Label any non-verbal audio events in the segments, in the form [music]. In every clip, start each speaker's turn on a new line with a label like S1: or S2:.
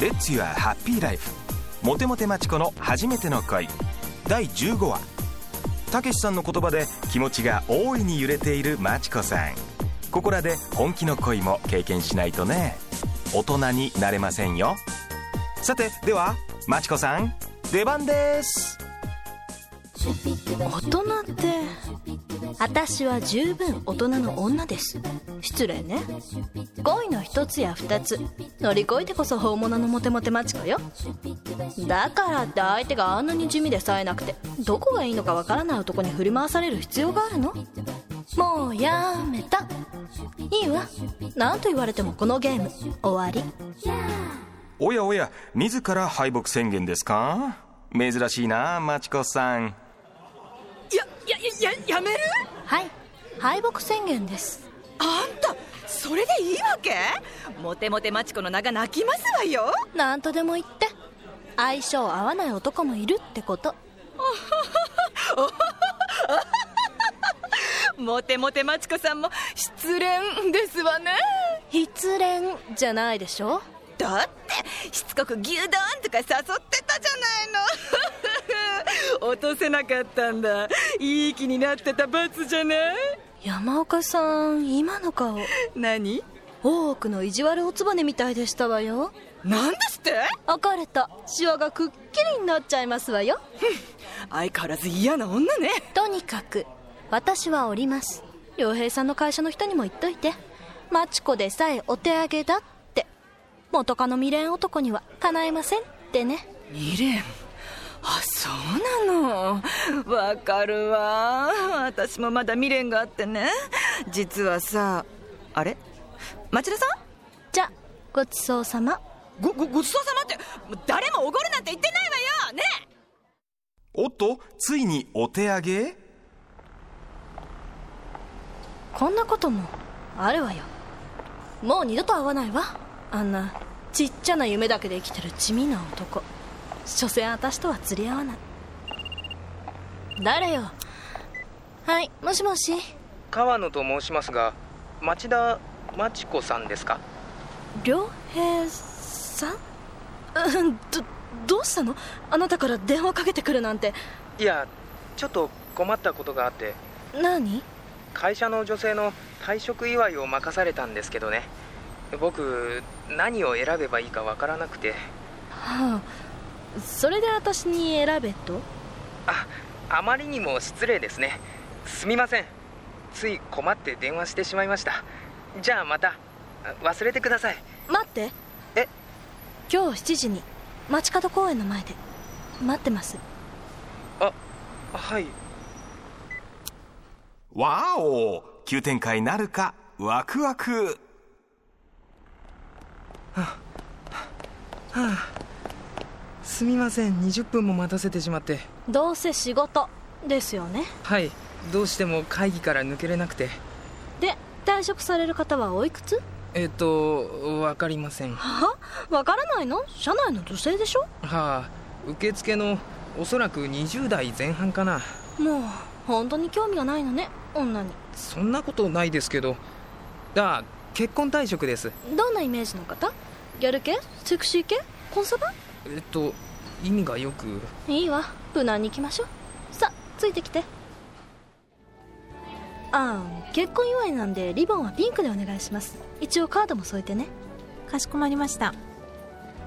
S1: レッツユアハッピーライフモテモテマチコの初めての恋第15話たけしさんの言葉で気持ちが大いに揺れているマチコさんここらで本気の恋も経験しないとね大人になれませんよさてではマチコさん出番です
S2: 大人って私は十分大人の女です失礼ね恋の一つや二つ乗り越えてこそ本物のモテモテマチコよだからって相手があんなに地味で冴えなくてどこがいいのかわからない男に振り回される必要があるのもうやめたいいわ何と言われてもこのゲーム終わり
S1: おやおや自ら敗北宣言ですか珍しいなマチコさん
S3: やややややめる
S2: はい敗北宣言です
S3: あんたそれでいいわけモテモテマチコの名が泣きますわよ
S2: なんとでも言って相性合わない男もいるってこと
S3: モテモテマチコさんも失恋ですわね
S2: 失恋じゃないでしょ
S3: だってしつこく牛丼とか誘ってたじゃないの [laughs] 落とせなかったんだいい気になってた罰じゃない
S2: 山岡さん今の顔
S3: 何
S2: 大奥の意地悪おつばねみたいでしたわよ
S3: なんですって
S2: 赤れたシワがくっきりになっちゃいますわよ
S3: 相変わらず嫌な女ね
S2: とにかく私はおります良平さんの会社の人にも言っといてマチコでさえお手上げだって元カノ未練男にはかないませんってね
S3: 未練あそうなのわかるわ私もまだ未練があってね実はさあれ町田さん
S2: じゃごちそうさま
S3: ごごごちそうさまってもう誰もおごるなんて言ってないわよね
S1: おっとついにお手上げ
S2: こんなこともあるわよもう二度と会わないわあんなちっちゃな夢だけで生きてる地味な男所詮私とは釣り合わない誰よはいもしもし
S4: 川野と申しますが町田真知子さんですか
S2: 良平さんうんどどうしたのあなたから電話かけてくるなんて
S4: いやちょっと困ったことがあって
S2: 何
S4: 会社の女性の退職祝いを任されたんですけどね僕何を選べばいいかわからなくて
S2: はあそれで私に選べと
S4: ああまりにも失礼ですねすみませんつい困って電話してしまいましたじゃあまたあ忘れてください
S2: 待って
S4: え
S2: 今日7時に街角公園の前で待ってます
S4: はい
S1: わお急展開なるかワクワク
S4: すみません20分も待たせてしまって
S2: どうせ仕事ですよね
S4: はいどうしても会議から抜けれなくて
S2: で退職される方はおいくつ
S4: えっとわかりません
S2: はわからないの社内の女性でしょ
S4: はあ受付のおそらく20代前半かな
S2: もう本当に興味がないのね女に
S4: そんなことないですけどあ結婚退職です
S2: どんなイメージの方ギャル系セクシー系コンサバ
S4: えっと意味がよく
S2: いいわ無難に行きましょうさついてきてああ結婚祝いなんでリボンはピンクでお願いします一応カードも添えてね
S5: かしこまりました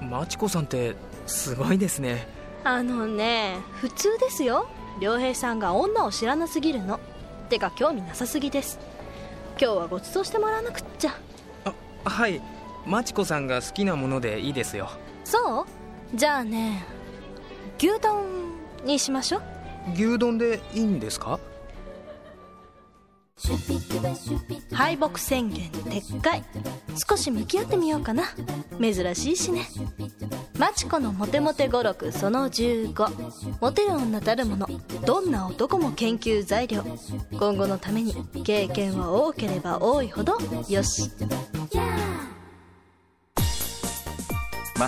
S4: マチコさんってすごいですね
S2: あのね普通ですよ良平さんが女を知らなすぎるのてか興味なさすぎです今日はご馳走してもらわなくっちゃ
S4: あはいマチコさんが好きなものでいいですよ
S2: そうじゃあね牛丼にしましょう
S4: 牛丼でいいんですか
S2: 敗北宣言撤回少し向き合ってみようかな珍しいしねマチコのモテモテ語録その15モテる女たるものどんな男も研究材料今後のために経験は多ければ多いほどよし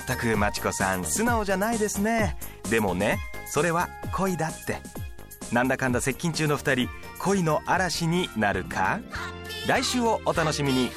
S1: 全くまちこさん素直じゃないですねでもねそれは恋だってなんだかんだ接近中の2人恋の嵐になるか来週をお楽しみに